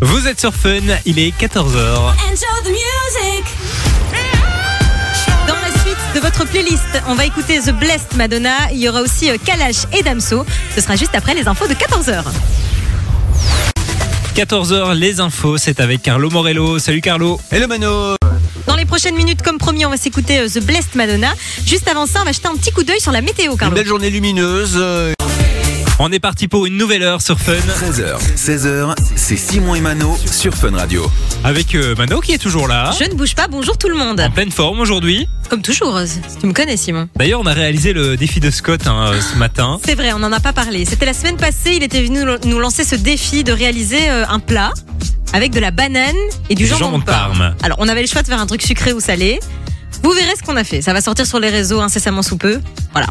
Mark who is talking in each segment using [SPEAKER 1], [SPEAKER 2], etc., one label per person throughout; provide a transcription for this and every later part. [SPEAKER 1] Vous êtes sur Fun, il est 14h.
[SPEAKER 2] Enjoy the music.
[SPEAKER 3] Dans la suite de votre playlist, on va écouter The Blessed Madonna. Il y aura aussi euh, Kalash et Damso. Ce sera juste après les infos de 14h.
[SPEAKER 1] 14h, les infos, c'est avec Carlo Morello. Salut Carlo.
[SPEAKER 4] Hello Mano
[SPEAKER 3] Dans les prochaines minutes, comme promis, on va s'écouter euh, The Blessed Madonna. Juste avant ça, on va jeter un petit coup d'œil sur la météo,
[SPEAKER 4] Une
[SPEAKER 3] Carlo.
[SPEAKER 4] belle journée lumineuse. euh,
[SPEAKER 1] On est parti pour une nouvelle heure sur Fun
[SPEAKER 5] 13h, 16h, c'est Simon et Mano sur Fun Radio.
[SPEAKER 1] avec euh, Mano qui est toujours là.
[SPEAKER 3] Je ne bouge pas, bonjour tout le monde.
[SPEAKER 1] En pleine forme aujourd'hui.
[SPEAKER 3] Comme toujours, euh, tu me connais, Simon.
[SPEAKER 1] D'ailleurs, on a réalisé le défi de Scott hein, euh, ce matin.
[SPEAKER 3] C'est vrai, on n'en a pas parlé. C'était la semaine passée, il était venu nous- nous lancer ce défi de réaliser euh, un plat avec de la banane et du
[SPEAKER 1] Du
[SPEAKER 3] jambon,
[SPEAKER 1] jambon
[SPEAKER 3] de
[SPEAKER 1] de
[SPEAKER 3] parme.
[SPEAKER 1] Parme.
[SPEAKER 3] Alors, on avait le choix de faire un truc sucré ou salé. Vous verrez ce qu'on a fait. Ça va sortir sur les réseaux incessamment sous peu. Voilà.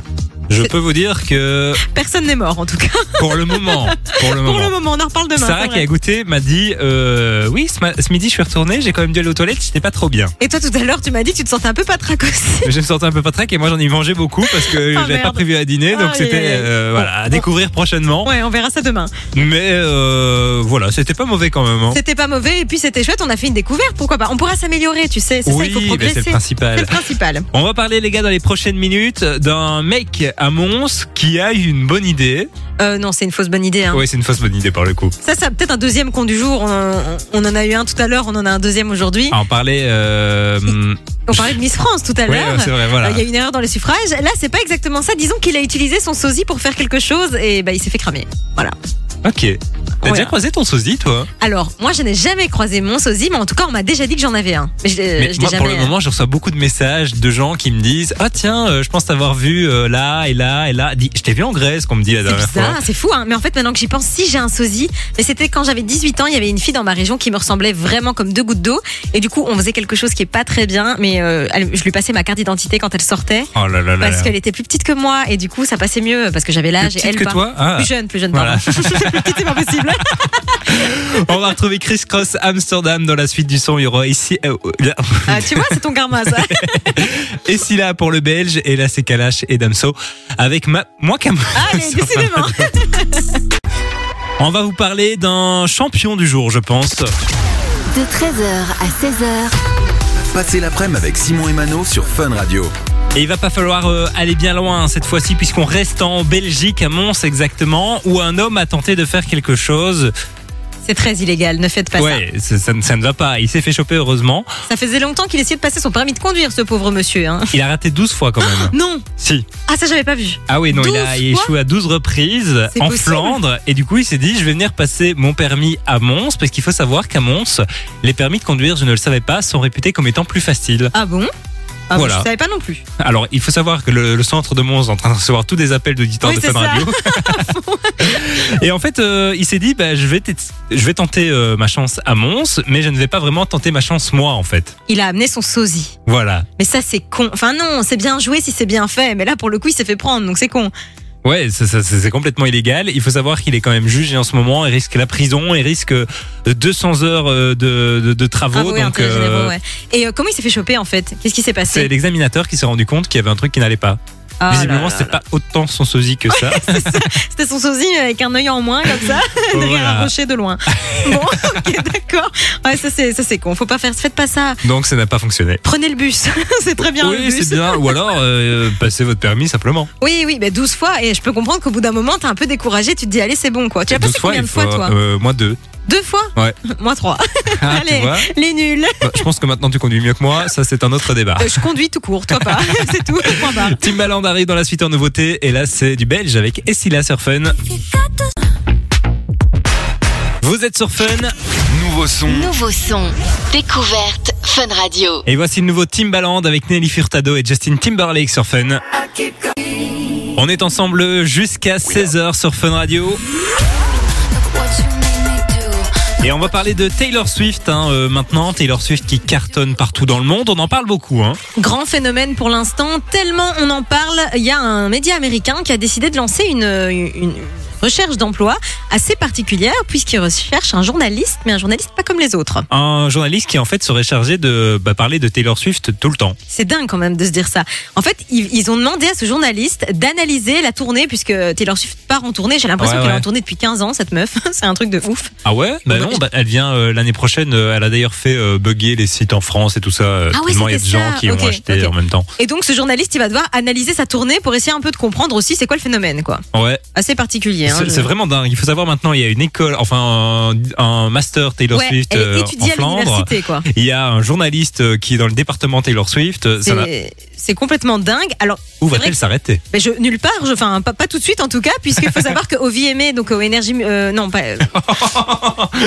[SPEAKER 1] Je peux vous dire que
[SPEAKER 3] Personne n'est mort, en tout cas.
[SPEAKER 1] pour le moment, pour le
[SPEAKER 3] Pour le
[SPEAKER 1] moment.
[SPEAKER 3] moment, on en reparle demain.
[SPEAKER 1] Sarah
[SPEAKER 3] c'est
[SPEAKER 1] qui a
[SPEAKER 3] vrai.
[SPEAKER 1] goûté m'a dit euh, oui ce, ma- ce midi je suis retourné j'ai quand même dû aller aux toilettes j'étais pas trop bien
[SPEAKER 3] Et toi, tout à l'heure, tu m'as dit que tu te sentais un peu patraque aussi.
[SPEAKER 1] mais je me sentais un peu patraque et moi j'en ai mangé beaucoup parce que
[SPEAKER 3] Ah,
[SPEAKER 1] j'avais pas
[SPEAKER 3] merde.
[SPEAKER 1] prévu à dîner donc
[SPEAKER 3] Aïe, aïe,
[SPEAKER 1] c'était
[SPEAKER 3] aïe.
[SPEAKER 1] euh, voilà à découvrir prochainement
[SPEAKER 3] Ouais, on verra ça demain.
[SPEAKER 1] mais euh, voilà c'était pas mauvais quand même hein.
[SPEAKER 3] C'était pas mauvais et puis c'était chouette, on a fait une découverte, pourquoi pas. On pourra s'améliorer, tu sais, c'est ça, il faut
[SPEAKER 1] oui mais
[SPEAKER 3] progresser.
[SPEAKER 1] c'est le
[SPEAKER 3] C'est
[SPEAKER 1] principal
[SPEAKER 3] le principal.
[SPEAKER 1] on va parler les gars dans les prochaines minutes d'un mec à Mons qui a eu une bonne idée
[SPEAKER 3] Euh, non, c'est une fausse bonne idée. Hein.
[SPEAKER 1] ouais c'est une fausse bonne idée par le coup
[SPEAKER 3] Ça, c'est peut-être un deuxième con du jour. On, en- on en a eu un tout à l'heure, on en a un deuxième aujourd'hui.
[SPEAKER 1] à en parler Ah, euh, hum,
[SPEAKER 3] On parlait de Miss France tout à
[SPEAKER 1] ouais
[SPEAKER 3] l'heure.
[SPEAKER 1] c'est vrai Ah,
[SPEAKER 3] Euh,
[SPEAKER 1] voilà
[SPEAKER 3] Il y a une erreur dans les suffrages. Là, c'est pas exactement ça. Disons qu'il a utilisé son sosie pour faire quelque chose et bah, il s'est fait cramer. Voilà.
[SPEAKER 1] ok t'as
[SPEAKER 3] Voilà.
[SPEAKER 1] déjà croisé ton sosie toi
[SPEAKER 3] Alors, moi, je n'ai jamais croisé mon sosie, mais en tout cas, on m'a déjà dit que j'en avais un. Mais je, l'ai-
[SPEAKER 1] Mais
[SPEAKER 3] Euh, je l'ai
[SPEAKER 1] moi,
[SPEAKER 3] jamais. hein.
[SPEAKER 1] pour le moment, je reçois beaucoup de messages de gens qui me disent Ah, tiens, euh, je pense t'avoir vu euh, là et là et là. Dis, Je t'ai vu en Grèce, qu'on me dit la
[SPEAKER 3] C'est
[SPEAKER 1] dernière
[SPEAKER 3] bizarre,
[SPEAKER 1] fois.
[SPEAKER 3] c'est fou, hein. Mais en fait, maintenant que j'y pense, si j'ai un sosie, mais c'était quand j'avais 18 ans, il y avait une fille dans ma région qui me ressemblait vraiment comme deux gouttes d'eau. Et du coup, on faisait quelque chose qui est pas très bien, mais euh, elle- je lui passais ma carte d'identité quand elle sortait.
[SPEAKER 1] Oh là là là.
[SPEAKER 3] Parce
[SPEAKER 1] là.
[SPEAKER 3] qu'elle était plus petite que moi, et du coup, ça passait mieux, parce que j'avais
[SPEAKER 1] Plus
[SPEAKER 3] l'âge et
[SPEAKER 1] petite
[SPEAKER 3] elle
[SPEAKER 1] que
[SPEAKER 3] pas.
[SPEAKER 1] toi Ah,
[SPEAKER 3] Plus jeune, plus jeune,
[SPEAKER 1] Voilà.
[SPEAKER 3] pardon. Plus petite, c'est pas possible.
[SPEAKER 1] On va retrouver Chris Cross Amsterdam dans la suite du son. Il y aura ici. euh, là.
[SPEAKER 3] Ah, tu vois, c'est ton karma, ça.
[SPEAKER 1] Et si là pour le Belge. Et là, c'est Kalash et Damso. Avec ma... moi, Cam.
[SPEAKER 3] Allez, décidément.
[SPEAKER 1] On va vous parler d'un champion du jour, je pense.
[SPEAKER 2] De 13h à 16h,
[SPEAKER 5] Passez l'après-midi avec Simon et Mano sur Fun Radio.
[SPEAKER 1] Et il va pas falloir euh, aller bien loin hein, cette fois-ci puisqu'on reste en Belgique, à Mons exactement, où un homme a tenté de faire quelque chose.
[SPEAKER 3] C'est très illégal, ne faites pas
[SPEAKER 1] ouais, ça, ça ne- ça ne va pas. Il s'est fait choper heureusement.
[SPEAKER 3] ça. Ça faisait longtemps qu'il essayait de passer son permis de conduire, ce pauvre monsieur. hein.
[SPEAKER 1] Il a raté 12 fois quand même.
[SPEAKER 3] Non
[SPEAKER 1] si.
[SPEAKER 3] Ah, ça, j'avais pas vu.
[SPEAKER 1] Ah oui, non, il
[SPEAKER 3] 12
[SPEAKER 1] a échoué à 12 reprises
[SPEAKER 3] C'est
[SPEAKER 1] en
[SPEAKER 3] possible.
[SPEAKER 1] Flandre. Et du coup, il s'est dit, je vais venir passer mon permis à Mons parce qu'il faut savoir qu'à Mons, les permis de conduire, je ne le savais pas, sont réputés comme étant plus faciles.
[SPEAKER 3] Ah bon ah bon,
[SPEAKER 1] Voilà.
[SPEAKER 3] je savais pas non plus.
[SPEAKER 1] Alors, il faut savoir que le, le centre de Mons est en train de recevoir tous des appels d'auditeurs
[SPEAKER 3] Oui,
[SPEAKER 1] de
[SPEAKER 3] c'est
[SPEAKER 1] Fun
[SPEAKER 3] ça.
[SPEAKER 1] Radio. et en fait, euh, il s'est dit, bah, je vais, t- je vais tenter euh, ma chance à Mons, mais je ne vais pas vraiment tenter ma chance moi, en fait.
[SPEAKER 3] Il a amené son sosie.
[SPEAKER 1] Voilà.
[SPEAKER 3] Mais ça, c'est con. Enfin, non, c'est bien joué si c'est bien fait. Mais là, pour le coup, il s'est fait prendre, donc c'est con.
[SPEAKER 1] Ouais, ça- ça- ça- c'est complètement illégal. Il faut savoir qu'il est quand même jugé en ce moment. Il risque la prison, il risque euh, 200 heures euh, de, de- de travaux.
[SPEAKER 3] Bravo,
[SPEAKER 1] donc,
[SPEAKER 3] intérêt généraux,
[SPEAKER 1] euh,
[SPEAKER 3] ouais. Et euh, comment il s'est fait choper, en fait Qu'est-ce qui s'est
[SPEAKER 1] c'est
[SPEAKER 3] passé
[SPEAKER 1] l'examinateur qui s'est rendu compte qu'il y avait un truc qui n'allait pas.
[SPEAKER 3] Ah là
[SPEAKER 1] Visiblement,
[SPEAKER 3] là
[SPEAKER 1] c'était pas autant son sosie que ça.
[SPEAKER 3] C'était son sosie mais avec un œil en moins, comme ça, derrière
[SPEAKER 1] Voilà.
[SPEAKER 3] un rocher de loin. Bon, ok, d'accord. Ouais, ça, c'est ça, c'est con. Faut pas faire. Faites pas ça.
[SPEAKER 1] Donc, ça n'a pas fonctionné.
[SPEAKER 3] Prenez le bus. c'est très bien le
[SPEAKER 1] oui,
[SPEAKER 3] bus.
[SPEAKER 1] c'est bien. Ou alors, euh, passez votre permis simplement.
[SPEAKER 3] Oui, oui, mais 12 fois. Et je peux comprendre qu'au bout d'un moment, t'es un peu découragé. Tu te dis, allez, c'est bon, quoi. Tu as
[SPEAKER 1] 12
[SPEAKER 3] passé combien
[SPEAKER 1] il
[SPEAKER 3] de fois,
[SPEAKER 1] faut,
[SPEAKER 3] toi
[SPEAKER 1] euh, Moi, deux.
[SPEAKER 3] Deux fois
[SPEAKER 1] Ouais.
[SPEAKER 3] Moi, trois.
[SPEAKER 1] Ah, tu
[SPEAKER 3] Allez.
[SPEAKER 1] vois
[SPEAKER 3] Les nuls.
[SPEAKER 1] Bah, Je pense que maintenant tu conduis mieux que moi. Ça, c'est un autre débat.
[SPEAKER 3] Euh, Je conduis tout court, toi pas. c'est tout. Point barre.
[SPEAKER 1] Timbaland arrive dans la suite en nouveauté. Et là, c'est du belge avec Essila sur Fun. Vous êtes sur Fun.
[SPEAKER 5] Nouveau son,
[SPEAKER 2] nouveau son, découverte Fun Radio.
[SPEAKER 1] Et voici le nouveau Timbaland avec Nelly Furtado et Justin Timberlake sur Fun. On est ensemble jusqu'à 16h sur Fun Radio. Et on va parler de Taylor Swift hein, euh, maintenant. Taylor Swift qui cartonne partout dans le monde. On en parle beaucoup. Hein.
[SPEAKER 3] Grand phénomène pour l'instant, tellement on en parle, il y a un média américain qui a décidé de lancer une, une- recherche d'emploi assez particulière puisqu'il recherche un journaliste, mais un journaliste pas comme les autres.
[SPEAKER 1] Un journaliste qui en fait serait chargé de bah, parler de Taylor Swift tout le temps.
[SPEAKER 3] C'est dingue quand même de se dire ça. En fait, ils, ils ont demandé à ce journaliste d'analyser la tournée puisque Taylor Swift part en tournée. J'ai l'impression
[SPEAKER 1] Ouais,
[SPEAKER 3] qu'elle est
[SPEAKER 1] ouais.
[SPEAKER 3] en tournée depuis 15 ans, cette meuf. C'est un truc de ouf.
[SPEAKER 1] Ah ouais Bah
[SPEAKER 3] Bah,
[SPEAKER 1] non, bah, elle vient euh, l'année prochaine. euh, elle a d'ailleurs fait euh, bugger les sites en France et tout ça. euh,
[SPEAKER 3] Ah ouais,
[SPEAKER 1] tellement il y a des
[SPEAKER 3] c'était
[SPEAKER 1] gens
[SPEAKER 3] ça.
[SPEAKER 1] qui
[SPEAKER 3] Ok,
[SPEAKER 1] ont acheté
[SPEAKER 3] ok.
[SPEAKER 1] en même temps.
[SPEAKER 3] Et donc, ce journaliste, il va devoir analyser sa tournée pour essayer un peu de comprendre aussi c'est quoi le phénomène, quoi.
[SPEAKER 1] Ouais,
[SPEAKER 3] Assez particulier. hein,
[SPEAKER 1] c'est
[SPEAKER 3] je-
[SPEAKER 1] c'est vraiment dingue. Il faut savoir maintenant, il y a une école, enfin un, un master Taylor
[SPEAKER 3] Ouais,
[SPEAKER 1] Swift
[SPEAKER 3] elle
[SPEAKER 1] euh, en
[SPEAKER 3] étudie à
[SPEAKER 1] Flandre.
[SPEAKER 3] l'université, quoi.
[SPEAKER 1] Il y a un journaliste euh, qui est dans le département Taylor Swift. euh, Ça n'a-
[SPEAKER 3] C'est- C'est complètement dingue. Alors,
[SPEAKER 1] Où
[SPEAKER 3] c'est vrai
[SPEAKER 1] va-t-elle s'arrêter
[SPEAKER 3] Ben, je, nulle part, je- enfin pas, pas tout de suite en tout cas, puisqu'il faut savoir qu'au VMA, donc au Energy, euh, non pas, euh,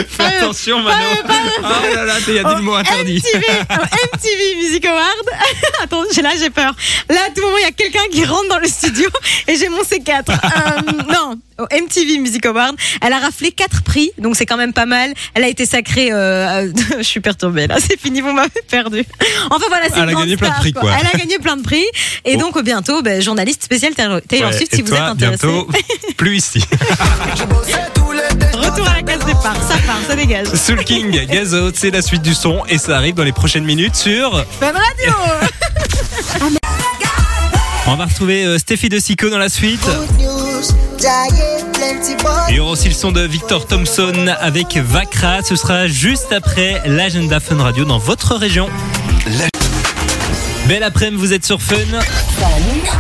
[SPEAKER 1] Fais Attention, Manon Oh là là, il y a
[SPEAKER 3] au MTV, au MTV Music Award. Attends, j'ai- là j'ai peur. Là à tout moment il y a quelqu'un qui rentre dans le studio et j'ai mon C4. Euh, non, au MTV Music Award, elle a raflé 4 prix, donc c'est quand même pas mal. Elle a été sacrée. euh, euh, je suis perturbée là, c'est fini, vous m'avez perdu. Enfin voilà, c'est
[SPEAKER 1] Elle
[SPEAKER 3] une
[SPEAKER 1] a
[SPEAKER 3] grande
[SPEAKER 1] gagné plein de
[SPEAKER 3] star,
[SPEAKER 1] prix, quoi.
[SPEAKER 3] Elle a gagné plein de prix et
[SPEAKER 1] Oh.
[SPEAKER 3] donc bientôt ben, journaliste spécial Taylor Taylor
[SPEAKER 1] Ouais,
[SPEAKER 3] Swift
[SPEAKER 1] et
[SPEAKER 3] si vous
[SPEAKER 1] toi,
[SPEAKER 3] êtes intéressé.
[SPEAKER 1] bientôt, plus ici.
[SPEAKER 3] Retour à la case départ, ça part, ça dégage.
[SPEAKER 1] Soul King, Gazo, c'est la suite du son et ça arrive dans les prochaines minutes sur.
[SPEAKER 3] Fun Radio
[SPEAKER 1] On va retrouver euh, Stéphie de Sico dans la suite. Et il y aura aussi le son de Victor Thompson avec Vacra. Ce sera juste après l'agenda Fun Radio dans votre région. Belle après-midi, vous êtes sur Fun.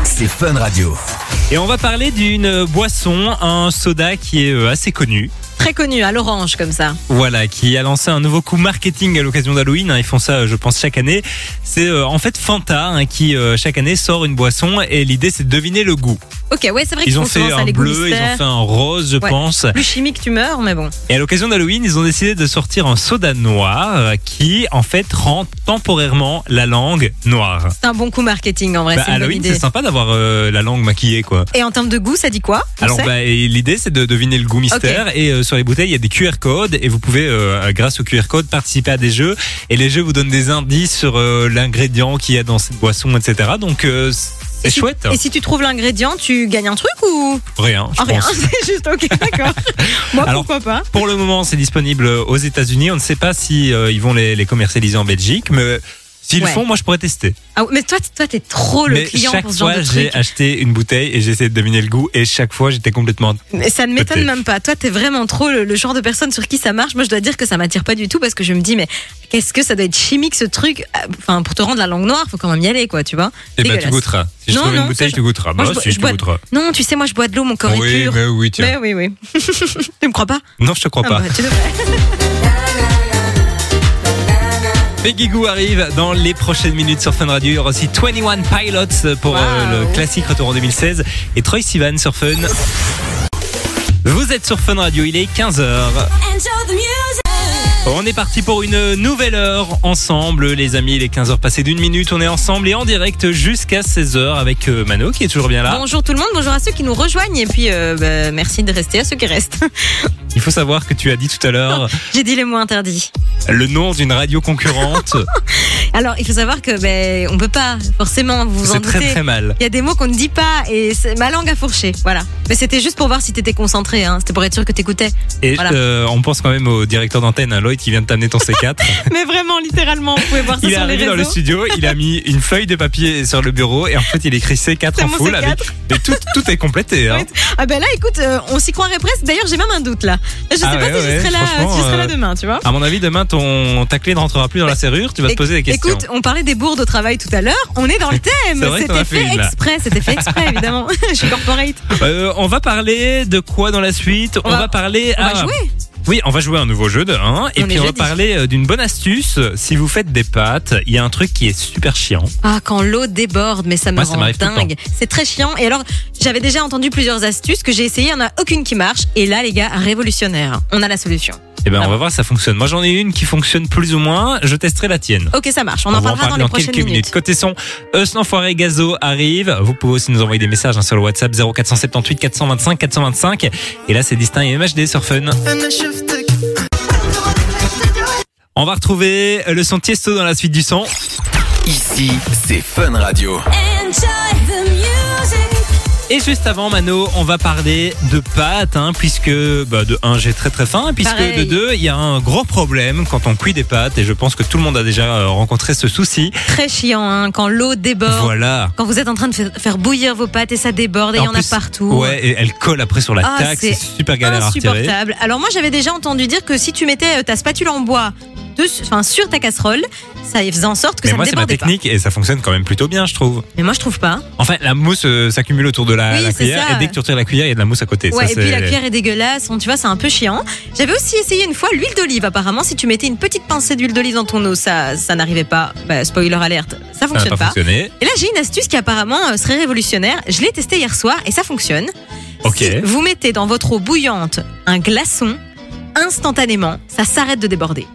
[SPEAKER 5] C'est Fun Radio.
[SPEAKER 1] Et on va parler d'une boisson, un soda qui est euh, assez connu.
[SPEAKER 3] Très connu, à l'orange comme ça.
[SPEAKER 1] Voilà, qui a lancé un nouveau coup marketing à l'occasion d'Halloween. hein. Ils font ça, euh, je pense, chaque année. C'est euh, en fait Fanta hein, qui, euh, chaque année, sort une boisson et l'idée, c'est de deviner le goût.
[SPEAKER 3] Ok, ouais, c'est vrai
[SPEAKER 1] Ils
[SPEAKER 3] qu'ils
[SPEAKER 1] ont
[SPEAKER 3] font
[SPEAKER 1] fait
[SPEAKER 3] souvent ça,
[SPEAKER 1] un
[SPEAKER 3] les goûts
[SPEAKER 1] bleu, ils ont
[SPEAKER 3] mystères.
[SPEAKER 1] fait un rose, je
[SPEAKER 3] Ouais.
[SPEAKER 1] pense.
[SPEAKER 3] Plus chimique tu meurs, mais bon.
[SPEAKER 1] Et à l'occasion d'Halloween, ils ont décidé de sortir un soda noir euh, qui, en fait, rend temporairement la langue noire.
[SPEAKER 3] C'est un bon coup marketing en vrai,
[SPEAKER 1] Bah,
[SPEAKER 3] c'est une bonne
[SPEAKER 1] Halloween, c'est
[SPEAKER 3] idée.
[SPEAKER 1] sympa d'avoir euh, la langue maquillée, quoi.
[SPEAKER 3] Et en termes de goût, ça dit quoi On
[SPEAKER 1] Alors
[SPEAKER 3] sait
[SPEAKER 1] bah, et l'idée c'est de deviner le goût mystère et euh, sur les bouteilles il y a des QR codes et vous pouvez euh, grâce au QR code participer à des jeux et les jeux vous donnent des indices sur euh, l'ingrédient qu'il y a dans cette boisson etc donc euh, c'est
[SPEAKER 3] Et si-
[SPEAKER 1] chouette
[SPEAKER 3] Et si tu trouves l'ingrédient, tu gagnes un truc ou
[SPEAKER 1] rien je
[SPEAKER 3] Ah, rien
[SPEAKER 1] pense.
[SPEAKER 3] C'est juste ok, d'accord. Moi,
[SPEAKER 1] Alors-
[SPEAKER 3] pourquoi pas
[SPEAKER 1] Pour le moment c'est disponible euh, aux États-Unis on ne sait pas si euh, ils vont les, les commercialiser en Belgique mais euh, s'ils le
[SPEAKER 3] Ouais.
[SPEAKER 1] font moi je pourrais tester
[SPEAKER 3] ah, ouais, Mais toi, t- toi, t'es trop le
[SPEAKER 1] mais
[SPEAKER 3] client
[SPEAKER 1] chaque
[SPEAKER 3] pour ce genre
[SPEAKER 1] fois
[SPEAKER 3] de
[SPEAKER 1] j'ai
[SPEAKER 3] truc.
[SPEAKER 1] acheté une bouteille et j'ai essayé de deviner le goût et chaque fois j'étais complètement Eh ben,
[SPEAKER 3] Mais ça ne m'étonne
[SPEAKER 1] Peut-être.
[SPEAKER 3] même pas. Toi, t'es vraiment trop le, le genre de personne sur qui ça marche. Moi, je dois dire que ça m'attire pas du tout parce que je me dis, mais qu'est-ce que ça doit être chimique ce truc Enfin, pour te rendre la langue noire, faut quand même y aller, quoi, tu vois.
[SPEAKER 1] et ben tu
[SPEAKER 3] Dégueulasse.
[SPEAKER 1] goûteras si je
[SPEAKER 3] Non,
[SPEAKER 1] trouve
[SPEAKER 3] non,
[SPEAKER 1] une bouteille
[SPEAKER 3] ça,
[SPEAKER 1] tu goûteras bah
[SPEAKER 3] Moi, je
[SPEAKER 1] si je
[SPEAKER 3] bois- je
[SPEAKER 1] goûteras
[SPEAKER 3] Non, tu sais, moi, je bois de l'eau, mon corps est
[SPEAKER 1] oui
[SPEAKER 3] pur.
[SPEAKER 1] mais oui tiens
[SPEAKER 3] Mais Eh oui, oui. tu me crois pas
[SPEAKER 1] non je te crois
[SPEAKER 3] Ah
[SPEAKER 1] pas
[SPEAKER 3] bah, tu devrais.
[SPEAKER 1] Peggy Goo arrive dans les prochaines minutes sur Fun Radio. Il y aura aussi 21 Pilots pour euh, le classique Retour en 2016 et Troy Sivan sur Fun. Vous êtes sur Fun Radio, il est 15h. On est parti pour une nouvelle heure ensemble, les amis. Il est 15h passé d'une minute. On est ensemble et en direct jusqu'à 16h avec euh, Mano qui est toujours bien là.
[SPEAKER 3] Bonjour tout le monde, bonjour à ceux qui nous rejoignent et puis euh, bah, merci de rester à ceux qui restent.
[SPEAKER 1] Il faut savoir que tu as dit tout à l'heure
[SPEAKER 3] J'ai dit les mots interdits.
[SPEAKER 1] le nom d'une radio concurrente.
[SPEAKER 3] Alors, il faut savoir que ben on peut pas forcément vous vous en
[SPEAKER 1] C'est
[SPEAKER 3] doutez.
[SPEAKER 1] très très mal.
[SPEAKER 3] Il y a des mots qu'on ne dit pas et c'est- ma langue a fourché, voilà. Mais c'était juste pour voir si t'étais concentré, hein. c'était pour être sûr que t'écoutais.
[SPEAKER 1] Et
[SPEAKER 3] Voilà.
[SPEAKER 1] euh, on pense quand même au directeur d'antenne, hein, Lloyd, qui vient de t'amener ton C4.
[SPEAKER 3] Mais vraiment, littéralement, vous pouvez voir ça
[SPEAKER 1] Il est
[SPEAKER 3] sur les
[SPEAKER 1] arrivé
[SPEAKER 3] réseaux.
[SPEAKER 1] dans le studio, il a mis une feuille de papier sur le bureau et en fait il écrit C4
[SPEAKER 3] C'est
[SPEAKER 1] en
[SPEAKER 3] mon
[SPEAKER 1] full
[SPEAKER 3] C4.
[SPEAKER 1] avec. Mais tout, tout est complété. Hein.
[SPEAKER 3] Oui. Ah ben là, écoute, euh, on s'y croirait presque. D'ailleurs, j'ai même un doute là. Je sais
[SPEAKER 1] Ah
[SPEAKER 3] pas
[SPEAKER 1] ouais,
[SPEAKER 3] si
[SPEAKER 1] ouais,
[SPEAKER 3] je serai là,
[SPEAKER 1] franchement,
[SPEAKER 3] si je serai là
[SPEAKER 1] euh,
[SPEAKER 3] demain, tu vois.
[SPEAKER 1] À mon avis, demain ton, ta clé ne rentrera plus dans la serrure, tu vas te poser des questions.
[SPEAKER 3] Écoute, on parlait des bourdes au travail tout à l'heure. On est dans le thème.
[SPEAKER 1] vrai que t'en
[SPEAKER 3] C'était
[SPEAKER 1] as fait
[SPEAKER 3] fait
[SPEAKER 1] une, là.
[SPEAKER 3] exprès. C'était fait exprès, évidemment. Je suis corporate.
[SPEAKER 1] Euh, on va parler de quoi dans la suite On,
[SPEAKER 3] On va-
[SPEAKER 1] va, parler.
[SPEAKER 3] On
[SPEAKER 1] ah,
[SPEAKER 3] va jouer.
[SPEAKER 1] Oui, on va jouer à un nouveau jeu de 1 et
[SPEAKER 3] On
[SPEAKER 1] puis
[SPEAKER 3] est
[SPEAKER 1] on va
[SPEAKER 3] jeudi.
[SPEAKER 1] parler euh, d'une bonne astuce. Si vous faites des pâtes, il y a un truc qui est super chiant.
[SPEAKER 3] Ah, quand l'eau déborde, mais ça me
[SPEAKER 1] Moi, ça
[SPEAKER 3] rend
[SPEAKER 1] m'arrive tout le
[SPEAKER 3] dingue. C'est très chiant. Et alors, j'avais déjà entendu plusieurs astuces que j'ai essayées. Il n'y en a aucune qui marche. Et là, les gars, révolutionnaire. On a la solution.
[SPEAKER 1] Et ben
[SPEAKER 3] Ah
[SPEAKER 1] on va
[SPEAKER 3] bon
[SPEAKER 1] voir si ça fonctionne. Moi j'en ai une qui fonctionne plus ou moins, je testerai la tienne.
[SPEAKER 3] Ok, ça marche. On,
[SPEAKER 1] va
[SPEAKER 3] en parlera dans les prochaines
[SPEAKER 1] quelques minutes. Côté son, Eus l'enfoiré Gazo arrive. Vous pouvez aussi nous envoyer des messages hein, sur le WhatsApp 0478 425 425. Et là, c'est Distinct et MHD sur Fun. On va retrouver le son Tiesto dans la suite du son.
[SPEAKER 5] Ici, c'est Fun Radio.
[SPEAKER 1] Et juste avant, Mano, on va parler de pâtes, hein, puisque bah, de 1, j'ai très très faim, puisque
[SPEAKER 3] Pareil.
[SPEAKER 1] de 2, il y a un gros problème quand on cuit des pâtes, et je pense que tout le monde a déjà euh, rencontré ce souci.
[SPEAKER 3] Très chiant hein, quand l'eau déborde.
[SPEAKER 1] Voilà.
[SPEAKER 3] Quand vous êtes en train de fa- faire bouillir vos pâtes et ça déborde et il y en
[SPEAKER 1] plus,
[SPEAKER 3] a partout.
[SPEAKER 1] Ouais, et elle colle après sur la
[SPEAKER 3] Ah,
[SPEAKER 1] taxe,
[SPEAKER 3] c'est
[SPEAKER 1] c'est super galère à retirer.
[SPEAKER 3] insupportable. Alors moi j'avais déjà entendu dire que si tu mettais euh, ta spatule en bois dessus- enfin, sur ta casserole, ça faisait en sorte que
[SPEAKER 1] Mais
[SPEAKER 3] ça
[SPEAKER 1] moi,
[SPEAKER 3] ne
[SPEAKER 1] c'est ma
[SPEAKER 3] débordait
[SPEAKER 1] technique et ça fonctionne quand même plutôt bien, je trouve.
[SPEAKER 3] pas. Mais moi je trouve pas.
[SPEAKER 1] Enfin, la mousse euh, s'accumule autour de la,
[SPEAKER 3] Oui,
[SPEAKER 1] la
[SPEAKER 3] c'est
[SPEAKER 1] cuillère
[SPEAKER 3] ça.
[SPEAKER 1] et dès que tu retires la cuillère, il y a de la mousse à côté.
[SPEAKER 3] Ouais,
[SPEAKER 1] ça,
[SPEAKER 3] et puis
[SPEAKER 1] c'est-
[SPEAKER 3] la cuillère est dégueulasse, on- tu vois, c'est un peu chiant. J'avais aussi essayé une fois l'huile d'olive. Apparemment, si tu mettais une petite pincée d'huile d'olive dans ton eau, ça, ça n'arrivait pas. Bah, spoiler alerte,
[SPEAKER 1] ça
[SPEAKER 3] ça
[SPEAKER 1] n'a
[SPEAKER 3] fonctionne
[SPEAKER 1] pas
[SPEAKER 3] pas.
[SPEAKER 1] fonctionné.
[SPEAKER 3] Et là, j'ai une astuce qui apparemment euh, serait révolutionnaire. Je l'ai testée hier soir et ça fonctionne.
[SPEAKER 1] Ok.
[SPEAKER 3] Si vous mettez dans votre eau bouillante un glaçon, instantanément, ça s'arrête de déborder.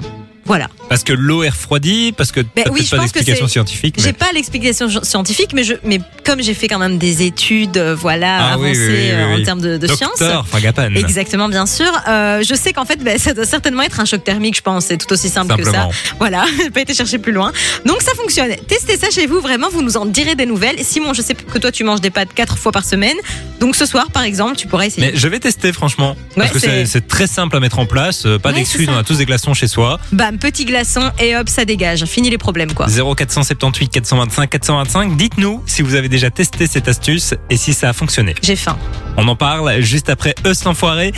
[SPEAKER 3] Voilà.
[SPEAKER 1] Parce que l'eau est refroidie, parce que t'as
[SPEAKER 3] Ben oui,
[SPEAKER 1] peut-être
[SPEAKER 3] je
[SPEAKER 1] pas
[SPEAKER 3] pense que
[SPEAKER 1] d'explication
[SPEAKER 3] c'est-
[SPEAKER 1] scientifique. mais-
[SPEAKER 3] J'ai pas l'explication gen- scientifique, mais, je, mais comme j'ai fait quand même des études, euh, voilà,
[SPEAKER 1] Ah oui,
[SPEAKER 3] avancées
[SPEAKER 1] oui, oui, oui,
[SPEAKER 3] euh,
[SPEAKER 1] oui.
[SPEAKER 3] en termes de, de science.
[SPEAKER 1] Docteur Hmm. Fragapan.
[SPEAKER 3] Exactement, bien sûr. Euh, je sais qu'en fait, ben, ça doit certainement être un choc thermique, je pense. C'est tout aussi simple
[SPEAKER 1] Simplement.
[SPEAKER 3] que ça. Voilà, j'ai pas été chercher plus loin. Donc ça fonctionne. Testez ça chez vous, vraiment, vous nous en direz des nouvelles. Simon, je sais que toi, tu manges des pâtes quatre fois par semaine. Donc ce soir, par exemple, tu pourrais essayer.
[SPEAKER 1] Mais je vais tester franchement. parce
[SPEAKER 3] Ouais,
[SPEAKER 1] que c'est
[SPEAKER 3] c'est-
[SPEAKER 1] c'est très simple à mettre en place. euh, Pas
[SPEAKER 3] Ouais,
[SPEAKER 1] d'excuses,
[SPEAKER 3] c'est ça.
[SPEAKER 1] on a tous des glaçons chez soi.
[SPEAKER 3] Bam, petit glaçon et hop, ça dégage. Fini les problèmes, quoi.
[SPEAKER 1] 0478 425 425. Dites-nous si vous avez déjà testé cette astuce et si ça a fonctionné.
[SPEAKER 3] J'ai faim.
[SPEAKER 1] On en parle juste après Eus l'enfoiré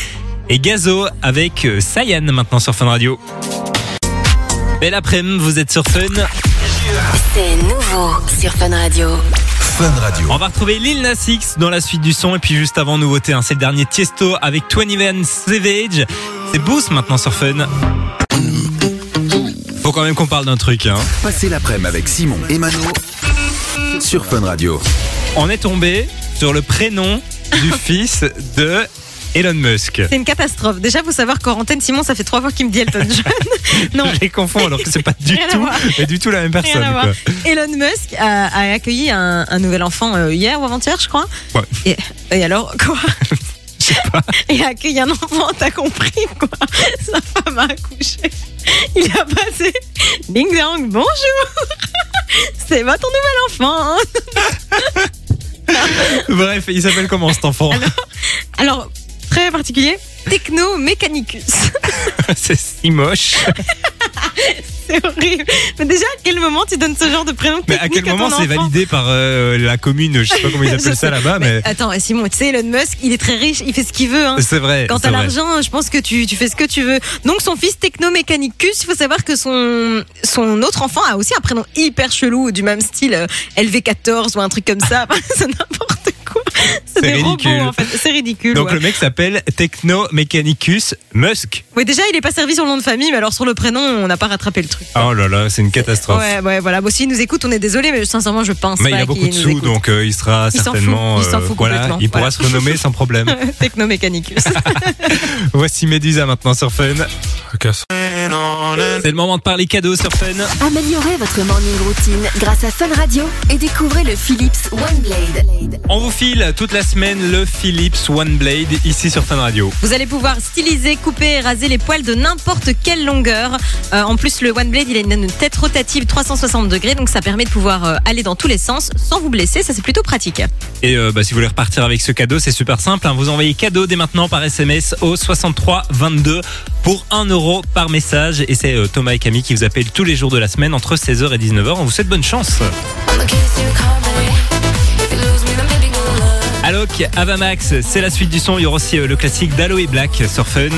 [SPEAKER 1] et Gazo avec euh, Sayan maintenant sur Fun Radio. Belle après-midi, vous êtes sur Fun.
[SPEAKER 2] C'est nouveau sur Fun Radio.
[SPEAKER 5] Fun Radio.
[SPEAKER 1] On va retrouver Lil Nas X dans la suite du son et puis juste avant nouveauté, hein, c'est le dernier Tiesto avec 21 Savage. C'est Boost maintenant sur Fun. Faut quand même qu'on parle d'un truc. Hein.
[SPEAKER 5] Passez l'après-midi avec Simon et Mano sur Fun Radio.
[SPEAKER 1] On est tombé sur le prénom du fils de Elon Musk.
[SPEAKER 3] C'est une catastrophe. Déjà, faut savoir qu'Orantène Simon, ça fait trois fois qu'il me dit Elton John. non,
[SPEAKER 1] Je les confonds alors que c'est pas du
[SPEAKER 3] Rien à
[SPEAKER 1] tout,
[SPEAKER 3] voir.
[SPEAKER 1] mais du tout la même
[SPEAKER 3] Rien
[SPEAKER 1] personne.
[SPEAKER 3] à
[SPEAKER 1] quoi.
[SPEAKER 3] voir. Elon Musk a, a accueilli un, un nouvel enfant euh, hier ou avant-hier, je crois.
[SPEAKER 1] Ouais.
[SPEAKER 3] Et, et alors, quoi Il a accueilli un enfant, t'as compris, quoi Sa femme a accouché. Il a passé. Ding dong, bonjour C'est pas ton nouvel enfant hein
[SPEAKER 1] Bref, il s'appelle comment cet enfant
[SPEAKER 3] Alors, très particulier. Techno-mécanicus.
[SPEAKER 1] C'est si moche.
[SPEAKER 3] C'est horrible. Mais déjà, à quel moment tu donnes ce genre de prénom
[SPEAKER 1] Mais à quel
[SPEAKER 3] technique
[SPEAKER 1] moment
[SPEAKER 3] ton
[SPEAKER 1] c'est
[SPEAKER 3] enfant
[SPEAKER 1] validé par euh, la commune Je sais pas comment ils
[SPEAKER 3] Je
[SPEAKER 1] appellent ça
[SPEAKER 3] sais.
[SPEAKER 1] là-bas, mais,
[SPEAKER 3] Attends, Simon, tu sais, Elon Musk, il est très riche, il fait ce qu'il veut. Hein.
[SPEAKER 1] c'est vrai.
[SPEAKER 3] Quand
[SPEAKER 1] c'est
[SPEAKER 3] t'as
[SPEAKER 1] vrai.
[SPEAKER 3] l'argent, je pense que tu, tu fais ce que tu veux. Donc son fils technomécanicus, il faut savoir que son, son autre enfant a aussi un prénom hyper chelou, du même style euh, LV14 ou un truc comme ça. Enfin, c'est n'importe quoi.
[SPEAKER 1] C'est
[SPEAKER 3] C'est des
[SPEAKER 1] ridicule.
[SPEAKER 3] robots en fait. C'est ridicule.
[SPEAKER 1] Donc
[SPEAKER 3] ouais.
[SPEAKER 1] le mec s'appelle Techno Mechanicus Musk.
[SPEAKER 3] Ouais, déjà, il est pas servi sur le nom de famille, mais alors sur le prénom, on n'a pas rattrapé le truc.
[SPEAKER 1] Oh là là, c'est une catastrophe.
[SPEAKER 3] Ouais, ouais, voilà. Bon, s'il nous écoute, on est désolé, mais sincèrement, je pense
[SPEAKER 1] Mais il
[SPEAKER 3] pas
[SPEAKER 1] a beaucoup de
[SPEAKER 3] qu'il nous
[SPEAKER 1] sous,
[SPEAKER 3] écoute.
[SPEAKER 1] donc euh, il sera
[SPEAKER 3] Il s'en fout,
[SPEAKER 1] certainement. euh,
[SPEAKER 3] il s'en fout
[SPEAKER 1] voilà,
[SPEAKER 3] complètement,
[SPEAKER 1] il pourra
[SPEAKER 3] voilà.
[SPEAKER 1] se renommer sans problème.
[SPEAKER 3] Technomécanicus.
[SPEAKER 1] Voici Medusa maintenant sur Fun. C'est le moment de parler cadeaux sur Fun.
[SPEAKER 6] Améliorez votre morning routine grâce à Fun Radio et découvrez le Philips OneBlade.
[SPEAKER 1] On vous file toute la semaine le Philips OneBlade ici sur Fun Radio.
[SPEAKER 3] Vous allez pouvoir styliser, couper et raser les poils de n'importe quelle longueur. Euh, en plus, le OneBlade, il a une une tête rotative 360 degrés, donc ça permet de pouvoir euh, aller dans tous les sens sans vous blesser. Ça, c'est plutôt pratique.
[SPEAKER 1] Et euh, bah, si vous voulez repartir avec ce cadeau, c'est super simple. hein. Vous envoyez cadeau dès maintenant par SMS au 63 22 pour 1 euro par message. Et c'est euh, Thomas et Camille qui vous appellent tous les jours de la semaine entre 16h et 19h. On vous souhaite bonne chance. Alok, Avamax, c'est la suite du son. Il y aura aussi euh, le classique d'Alo et Black sur Fun.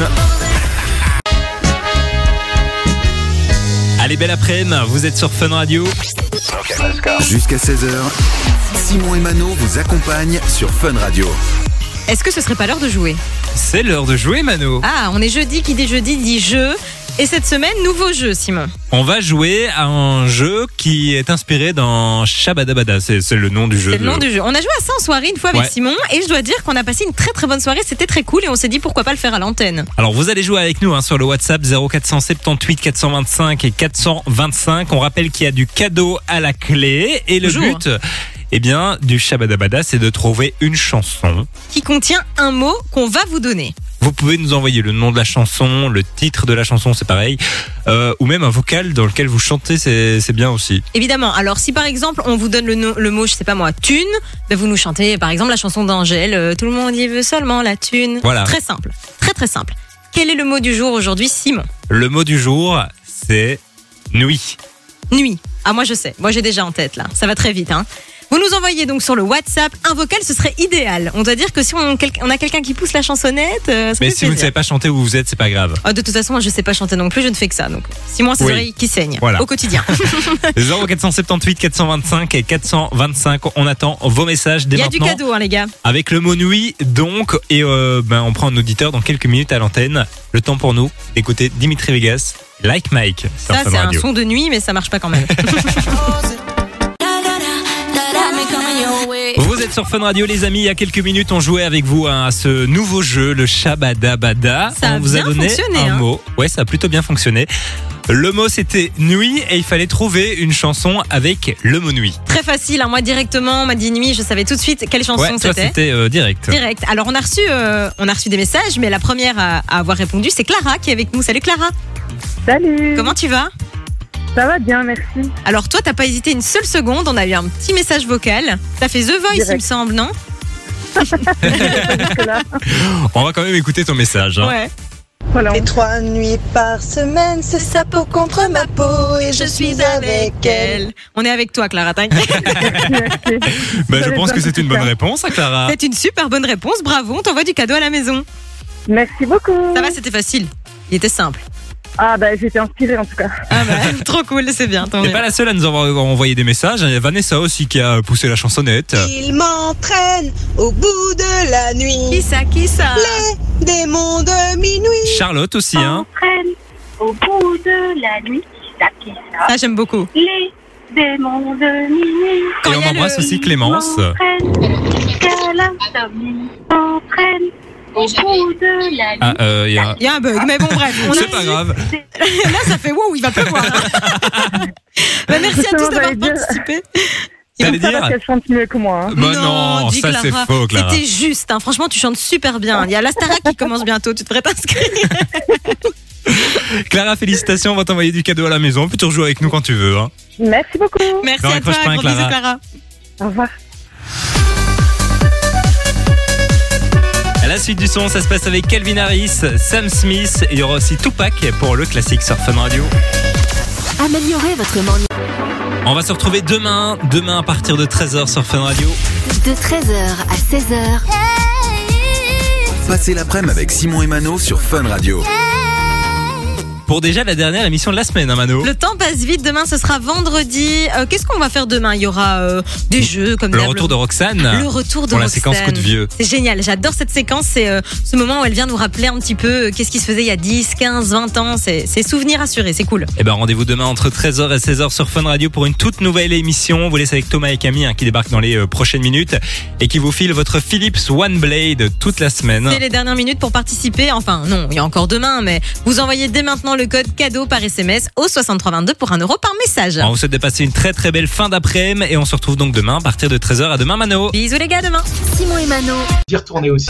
[SPEAKER 1] Allez, belle après-midi, vous êtes sur Fun Radio.
[SPEAKER 5] Jusqu'à 16h, Simon et Mano vous accompagnent sur Fun Radio.
[SPEAKER 3] Est-ce que ce serait pas l'heure de jouer
[SPEAKER 1] C'est l'heure de jouer, Mano.
[SPEAKER 3] Ah, on est jeudi, qui dit jeudi dit jeu. Et cette semaine, nouveau jeu, Simon.
[SPEAKER 1] On va jouer à un jeu qui est inspiré dans Shabadabada. C'est c'est le nom du jeu.
[SPEAKER 3] C'est le
[SPEAKER 1] de-
[SPEAKER 3] nom du jeu. On a joué à ça en soirée une fois
[SPEAKER 1] Ouais.
[SPEAKER 3] avec Simon, et je dois dire qu'on a passé une très très bonne soirée. C'était très cool, et on s'est dit pourquoi pas le faire à l'antenne.
[SPEAKER 1] Alors vous allez jouer avec nous hein, sur le WhatsApp 0478 425 et 425. On rappelle qu'il y a du cadeau à la clé et le
[SPEAKER 3] Toujours.
[SPEAKER 1] but, eh bien, du Shabadabada, c'est de trouver une chanson.
[SPEAKER 3] Qui contient un mot qu'on va vous donner.
[SPEAKER 1] Vous pouvez nous envoyer le nom de la chanson, le titre de la chanson, c'est pareil, euh, ou même un vocal dans lequel vous chantez, c'est c'est bien aussi.
[SPEAKER 3] Évidemment. Alors, si par exemple, on vous donne le, nom- le mot, je sais pas moi, thune, ben, vous nous chantez par exemple la chanson d'Angèle, euh, tout le monde y veut seulement la thune.
[SPEAKER 1] Voilà.
[SPEAKER 3] Très simple. Très très simple. Quel est le mot du jour aujourd'hui, Simon
[SPEAKER 1] Le mot du jour, c'est nuit.
[SPEAKER 3] Nuit. Ah, moi je sais. Moi j'ai déjà en tête là. Ça va très vite, hein. Vous nous envoyez donc sur le WhatsApp un vocal, ce serait idéal. On doit dire que si on, quel- on a quelqu'un qui pousse la chansonnette, euh, ça
[SPEAKER 1] Mais
[SPEAKER 3] fait
[SPEAKER 1] si vous ne
[SPEAKER 3] plaisir.
[SPEAKER 1] savez pas chanter où vous êtes, c'est pas grave.
[SPEAKER 3] Ah, de toute façon, moi, je sais pas chanter non plus, je ne fais que ça. Donc, Simon a ses
[SPEAKER 1] Oui.
[SPEAKER 3] oreilles qui saignent
[SPEAKER 1] Voilà.
[SPEAKER 3] au quotidien.
[SPEAKER 1] 0478 425 et 425, on attend vos messages dès
[SPEAKER 3] Il y a du
[SPEAKER 1] maintenant.
[SPEAKER 3] cadeau, hein, les gars.
[SPEAKER 1] Avec le mot nuit, donc, et euh, ben, on prend un auditeur dans quelques minutes à l'antenne. Le temps pour nous d'écouter Dimitri Vegas, Like Mike, sur
[SPEAKER 3] Ça,
[SPEAKER 1] Fun
[SPEAKER 3] c'est un
[SPEAKER 1] Radio.
[SPEAKER 3] son de nuit, mais ça marche pas quand même.
[SPEAKER 1] Vous êtes sur Fun Radio, les amis. Il y a quelques minutes, on jouait avec vous à ce nouveau jeu, le Shabada Bada.
[SPEAKER 3] Ça a
[SPEAKER 1] on vous a
[SPEAKER 3] bien
[SPEAKER 1] donné
[SPEAKER 3] fonctionné,
[SPEAKER 1] un
[SPEAKER 3] hein.
[SPEAKER 1] mot. Ouais, ça a plutôt bien fonctionné. Le mot c'était nuit et il fallait trouver une chanson avec le mot nuit.
[SPEAKER 3] Très facile, hein. moi directement, on m'a dit nuit, je savais tout de suite quelle chanson
[SPEAKER 1] ouais, toi
[SPEAKER 3] c'était.
[SPEAKER 1] c'était euh, direct.
[SPEAKER 3] Direct. Alors on a reçu, euh, on a reçu des messages, mais la première à, à avoir répondu, c'est Clara qui est avec nous. Salut Clara,
[SPEAKER 7] Salut
[SPEAKER 3] comment tu vas
[SPEAKER 7] Ça va bien, merci.
[SPEAKER 3] Alors toi, t'as pas hésité une seule seconde, on a eu un petit message vocal. T'as fait The Voice,
[SPEAKER 7] Direct.
[SPEAKER 3] il me semble, non
[SPEAKER 1] On va quand même écouter ton message. hein.
[SPEAKER 3] Ouais.
[SPEAKER 7] Voilà,
[SPEAKER 8] Et trois nuits par semaine, c'est sa peau contre ma peau et je suis avec elle.
[SPEAKER 3] On est avec toi, Clara. t'inquiète.
[SPEAKER 7] merci.
[SPEAKER 1] Bah, je
[SPEAKER 7] J'avais
[SPEAKER 1] pense
[SPEAKER 7] pas
[SPEAKER 1] que c'est
[SPEAKER 7] compris
[SPEAKER 1] une bonne
[SPEAKER 7] ça.
[SPEAKER 1] réponse, hein, Clara.
[SPEAKER 3] C'est une super bonne réponse, bravo, on t'envoie du cadeau à la maison.
[SPEAKER 7] Merci beaucoup.
[SPEAKER 3] Ça va, c'était facile. Il était simple.
[SPEAKER 7] Ah bah j'étais inspirée en tout cas.
[SPEAKER 3] Ah bah, trop cool, c'est bien. tant
[SPEAKER 1] T'es
[SPEAKER 3] mieux.
[SPEAKER 1] pas la seule à nous avoir envoyé des messages. hein. Il y a Vanessa aussi qui a poussé la chansonnette.
[SPEAKER 8] Il m'entraîne au bout de la
[SPEAKER 3] Qui
[SPEAKER 8] nuit,
[SPEAKER 3] ça, qui ça
[SPEAKER 8] démon de minuit.
[SPEAKER 1] Charlotte aussi, hein.
[SPEAKER 9] Entraîne au bout de la nuit, ça qui ça,
[SPEAKER 3] Ça, Ah, j'aime beaucoup.
[SPEAKER 9] les démons de minuit.
[SPEAKER 1] et
[SPEAKER 3] Quand il
[SPEAKER 1] on
[SPEAKER 3] y a
[SPEAKER 1] embrasse
[SPEAKER 3] le-
[SPEAKER 1] aussi Clémence.
[SPEAKER 9] Entraîne jusqu'à l'insomnie, entraîne au bout de la nuit.
[SPEAKER 1] Ah, euh, il y a-
[SPEAKER 3] Il y a un bug, mais bon, bref. On a-
[SPEAKER 1] C'est pas grave.
[SPEAKER 3] Là, ça fait wow, il va pleuvoir. hein. Bah, merci à tous d'avoir
[SPEAKER 7] Justement, j'allais dire.
[SPEAKER 3] participé.
[SPEAKER 1] T'allais
[SPEAKER 7] Ça va
[SPEAKER 1] dire
[SPEAKER 7] qu'elle chante mieux que moi. hein.
[SPEAKER 1] Bah non,
[SPEAKER 3] dis
[SPEAKER 1] ça
[SPEAKER 3] Clara.
[SPEAKER 1] c'est faux, Clara.
[SPEAKER 3] C'était juste, hein. franchement, tu chantes super bien. Il y a l'Astara qui commence bientôt, tu devrais t'inscrire.
[SPEAKER 1] Clara, félicitations, on va t'envoyer du cadeau à la maison. Puis tu rejoues avec nous quand tu veux. hein.
[SPEAKER 7] Merci beaucoup.
[SPEAKER 3] Merci
[SPEAKER 1] Non,
[SPEAKER 3] à toi,
[SPEAKER 1] raccroche pas, hein,
[SPEAKER 3] gros
[SPEAKER 1] Clara.
[SPEAKER 3] bisous, Clara.
[SPEAKER 7] Au revoir.
[SPEAKER 1] À la suite du son, ça se passe avec Calvin Harris, Sam Smith. et Il y aura aussi Tupac pour le classique sur Fun Radio.
[SPEAKER 6] Améliorez votre morning
[SPEAKER 1] On va se retrouver demain, demain à partir de 13h sur Fun Radio.
[SPEAKER 6] de 13h à 16h.
[SPEAKER 5] Passez l'après-midi avec Simon et Mano sur Fun Radio.
[SPEAKER 1] Pour déjà la dernière émission de la semaine, hein, Mano.
[SPEAKER 3] Le temps passe vite, demain ce sera vendredi. Euh, Qu'est-ce qu'on va faire demain Il y aura euh, des jeux comme
[SPEAKER 1] Le
[SPEAKER 3] d'hab,
[SPEAKER 1] retour de Roxane.
[SPEAKER 3] Le retour de
[SPEAKER 1] Pour la
[SPEAKER 3] Roxane.
[SPEAKER 1] séquence coup de vieux.
[SPEAKER 3] C'est génial, j'adore cette séquence. C'est euh, ce moment où elle vient nous rappeler un petit peu euh, qu'est-ce qui se faisait il y a 10, 15, 20 ans. C'est c'est souvenir assuré, c'est cool.
[SPEAKER 1] Eh ben rendez-vous demain entre 13h et 16h sur Fun Radio pour une toute nouvelle émission. On vous laisse avec Thomas et Camille hein, qui débarquent dans les euh, prochaines minutes et qui vous file votre Philips One Blade toute la semaine.
[SPEAKER 3] C'est les dernières minutes pour participer. Enfin, non, il y a encore demain, mais vous envoyez dès maintenant le code cadeau par SMS au 6322 pour 1 euro par message.
[SPEAKER 1] On vous souhaite de passer une très très belle fin d'après-midi et on se retrouve donc demain à partir de 13h à demain Mano.
[SPEAKER 3] Bisous les gars, demain.
[SPEAKER 6] Simon et Mano.
[SPEAKER 10] d'y retourner aussi.